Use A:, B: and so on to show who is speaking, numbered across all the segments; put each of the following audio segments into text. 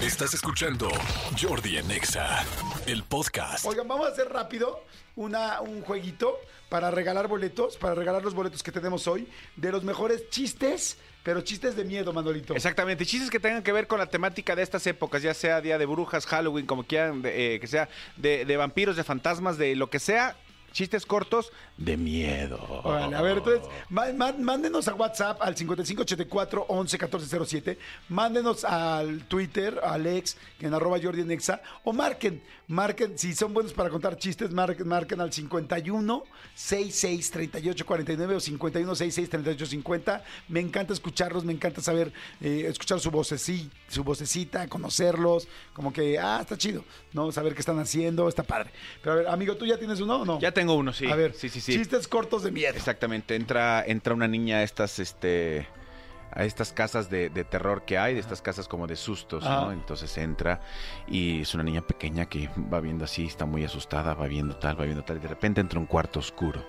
A: Estás escuchando Jordi en Exa, el podcast.
B: Oigan, vamos a hacer rápido una, un jueguito para regalar boletos, para regalar los boletos que tenemos hoy, de los mejores chistes, pero chistes de miedo, Manolito.
C: Exactamente, chistes que tengan que ver con la temática de estas épocas, ya sea Día de Brujas, Halloween, como quieran, de, eh, que sea de, de vampiros, de fantasmas, de lo que sea, chistes cortos de miedo.
B: Órale, a ver, entonces, má- má- mándenos a WhatsApp al 5584 11 1407, mándenos al Twitter, al ex, en arroba Jordi en Exa, o marquen, marquen, si son buenos para contar chistes, marquen, marquen al 51 66 38 49 o 51 66 38 50. Me encanta escucharlos, me encanta saber, eh, escuchar su vocecita, su vocecita, conocerlos, como que, ah, está chido, ¿no? Saber qué están haciendo, está padre. Pero a ver, amigo, ¿tú ya tienes uno o no?
C: Ya tengo uno, sí.
B: A ver,
C: sí, sí, sí.
B: chistes cortos de miedo.
C: Exactamente, entra, entra una niña a estas, este, a estas casas de, de terror que hay, de estas casas como de sustos,
B: Ajá.
C: ¿no? Entonces entra y es una niña pequeña que va viendo así, está muy asustada, va viendo tal, va viendo tal, y de repente entra un cuarto oscuro,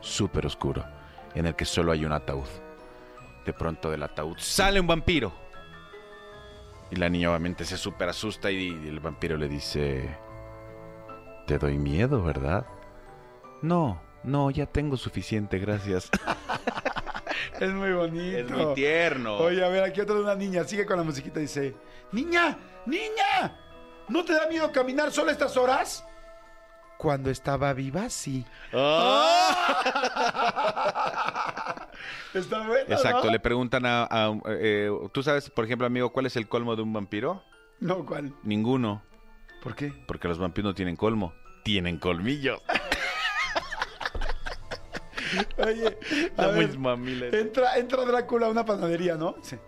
C: súper oscuro, en el que solo hay un ataúd. De pronto del ataúd sale un vampiro. Y la niña obviamente se súper asusta y, y el vampiro le dice, te doy miedo, ¿verdad? No, no, ya tengo suficiente, gracias.
B: Es muy bonito.
C: Es muy tierno.
B: Oye, a ver, aquí otra de una niña. Sigue con la musiquita. Dice: Niña, niña, ¿no te da miedo caminar sola a estas horas? Cuando estaba viva, sí.
C: ¡Ah!
B: Está bueno.
C: Exacto,
B: ¿no?
C: le preguntan a... a, eh, ¿Tú sabes, por ejemplo, amigo, cuál es el colmo de un vampiro?
B: No, ¿cuál?
C: Ninguno,
B: ¿Por qué?
C: porque los vampiros no tienen colmo, tienen colmillos.
B: Oye, a
C: La
B: ver,
C: misma mila.
B: entra, entra Drácula a una panadería, ¿no? Dice,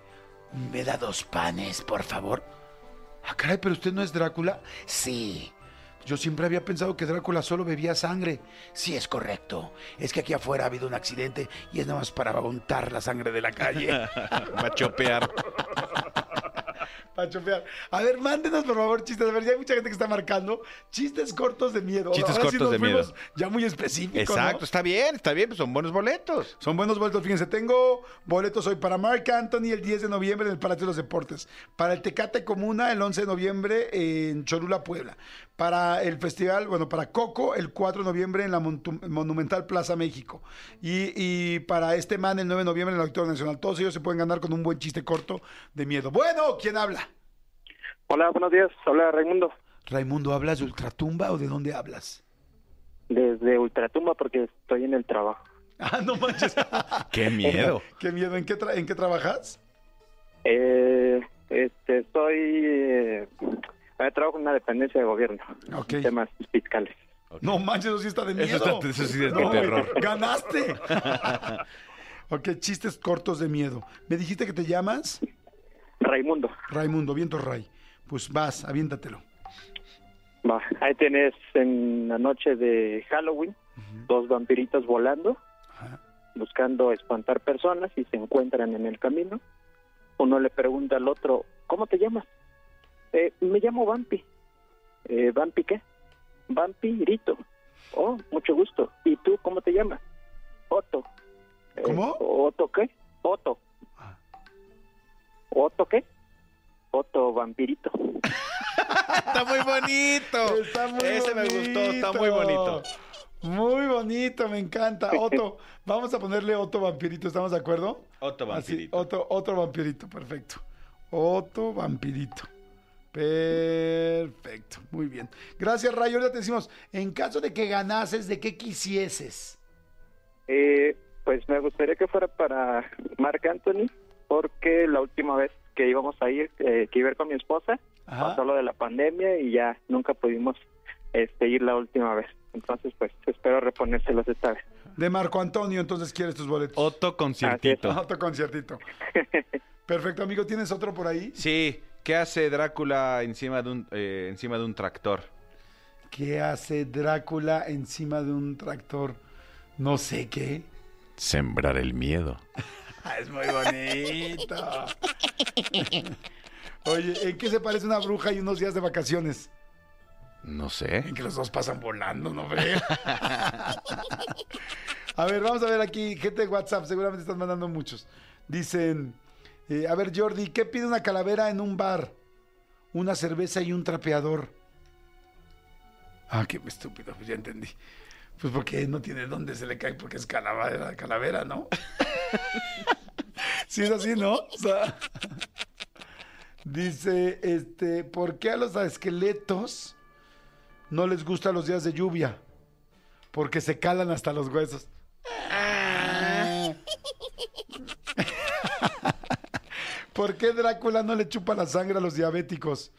B: Me da dos panes, por favor. Ah, caray, pero usted no es Drácula. Sí. Yo siempre había pensado que Drácula solo bebía sangre. Sí, es correcto. Es que aquí afuera ha habido un accidente y es nada más para untar la sangre de la calle.
C: Va a chopear.
B: para chopear. A ver, mándenos por favor chistes. A ver, ya hay mucha gente que está marcando. Chistes cortos de miedo.
C: Chistes
B: Ahora sí
C: cortos
B: nos
C: de
B: fuimos
C: miedo.
B: Ya muy específicos. ¿no?
C: Exacto, está bien, está bien, pues son buenos boletos.
B: Son buenos boletos, fíjense, tengo boletos hoy para Mark Anthony el 10 de noviembre en el Palacio de los Deportes, para el Tecate Comuna el 11 de noviembre en Cholula, Puebla, para el festival, bueno, para Coco el 4 de noviembre en la Montu- Monumental Plaza México y, y para este man el 9 de noviembre en el Auditorio Nacional. Todos ellos se pueden ganar con un buen chiste corto de miedo. Bueno, ¿quién habla?
D: Hola, buenos días. Habla Raimundo
B: Raimundo, ¿hablas de Ultratumba o de dónde hablas?
D: desde Ultratumba porque estoy en el trabajo.
B: Ah, no manches.
C: ¡Qué miedo!
B: Qué miedo, ¿en qué, tra- en qué trabajas?
D: Eh, este, soy eh, eh, trabajo en una dependencia de gobierno,
B: Ok.
D: temas fiscales.
B: No manches, eso sí está de miedo.
C: Eso está- eso sí es de
B: güey,
C: terror.
B: ¡Ganaste! ok, chistes cortos de miedo. Me dijiste que te llamas
D: Raimundo,
B: Raimundo, vientos Ray. Pues vas, aviéntatelo.
D: va. Ahí tienes en la noche de Halloween dos vampiritos volando,
B: Ajá.
D: buscando espantar personas y se encuentran en el camino. Uno le pregunta al otro, ¿cómo te llamas? "Eh, me llamo Vampi. "Eh, ¿Vampi qué? Vampirito. Oh, mucho gusto. ¿Y tú cómo te llamas? Otto. "Eh,
B: ¿Cómo?
D: ¿Otto qué? Otto.
B: Ah.
D: ¿Otto qué? Otto Vampirito.
C: ¡Está muy bonito!
B: Está muy
C: Ese me gustó, está muy bonito.
B: Muy bonito, me encanta. Otto, vamos a ponerle Otto Vampirito, ¿estamos de acuerdo?
C: Otto
B: Así,
C: Vampirito.
B: Otto, otro Vampirito, perfecto. Otto Vampirito. Perfecto, muy bien. Gracias, Ray. Ahorita te decimos, en caso de que ganases, ¿de qué quisieses?
D: Eh, pues me gustaría que fuera para Marc Anthony, porque la última vez que íbamos a ir, eh, que iba a ir con mi esposa,
B: Ajá.
D: pasó lo de la pandemia y ya nunca pudimos este, ir la última vez. Entonces, pues espero reponérselos esta vez.
B: De Marco Antonio, entonces quieres tus boletos.
C: Otto conciertito.
B: Otto conciertito. Perfecto, amigo. ¿Tienes otro por ahí?
C: Sí, ¿qué hace Drácula encima de un, eh, encima de un tractor?
B: ¿Qué hace Drácula encima de un tractor? No sé qué. Ah,
C: Sembrar el miedo.
B: Es muy bonito. Oye, ¿en qué se parece una bruja y unos días de vacaciones?
C: No sé.
B: En que los dos pasan volando, ¿no, hombre? a ver, vamos a ver aquí, gente de WhatsApp, seguramente están mandando muchos. Dicen, eh, a ver, Jordi, ¿qué pide una calavera en un bar? una cerveza y un trapeador. Ah, qué estúpido, pues ya entendí. Pues porque no tiene dónde se le cae, porque es calavera, calavera, ¿no? si es así, ¿no? O sea, dice, este, ¿por qué a los esqueletos no les gustan los días de lluvia? Porque se calan hasta los huesos. ¿Por qué Drácula no le chupa la sangre a los diabéticos?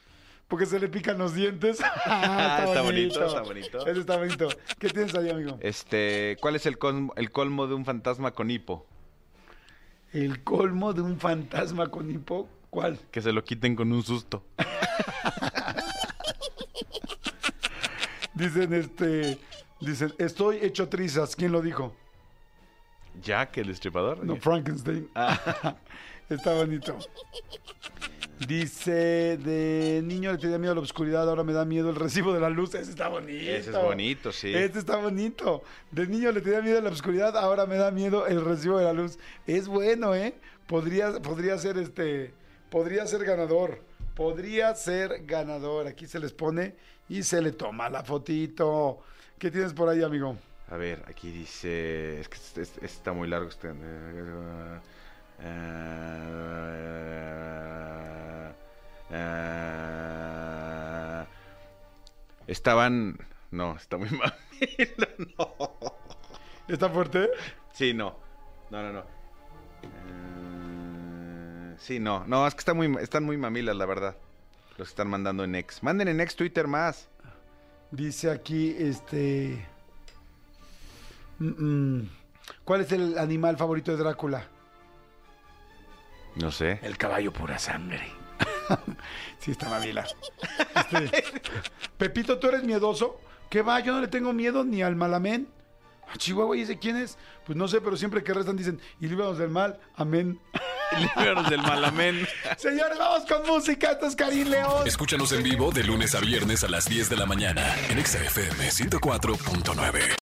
B: Porque se le pican los dientes. Ah,
C: Está bonito, está bonito.
B: Eso está bonito. ¿Qué tienes ahí, amigo?
C: Este, ¿cuál es el, colmo- el colmo de un fantasma con hipo?
B: El colmo de un fantasma con hipo. ¿Cuál?
C: Que se lo quiten con un susto.
B: Dicen, este. Dicen, estoy hecho trizas. ¿Quién lo dijo?
C: Jack, el estripador.
B: No, Frankenstein.
C: Ah.
B: Está bonito. Dice, de niño le tenía miedo a la oscuridad, ahora me da miedo el recibo de la luz. Ese está bonito.
C: Ese es bonito, sí.
B: Este está bonito. De niño le tenía miedo a la oscuridad, ahora me da miedo el recibo de la luz. Es bueno, ¿eh? Podría, podría ser este. Podría ser ganador. Podría ser ganador. Aquí se les pone y se le toma la fotito. ¿Qué tienes por ahí, amigo?
C: A ver, aquí dice. Es que es- es- está muy largo este. eh, eh, eh, estaban. No, está muy mal.
B: ¿Está fuerte?
C: Sí, no. No, no, no. Eh, Sí, no. No, es que está muy, están muy mamilas, la verdad. Los que están mandando en ex. Manden en ex Twitter más.
B: Dice aquí, este. mm, mm, ¿Cuál es el animal favorito de Drácula?
C: No sé.
B: El caballo pura sangre. sí, está mamila. Este, Pepito, ¿tú eres miedoso? ¿Qué va? Yo no le tengo miedo ni al malamén. A Chihuahua, ¿y ese quién es? Pues no sé, pero siempre que rezan dicen, y líbranos del mal, amén.
C: Libros del malamén.
B: Señores, vamos con música, esto es Karim León.
A: Escúchanos en vivo de lunes a viernes a las 10 de la mañana en Exa FM 104.9.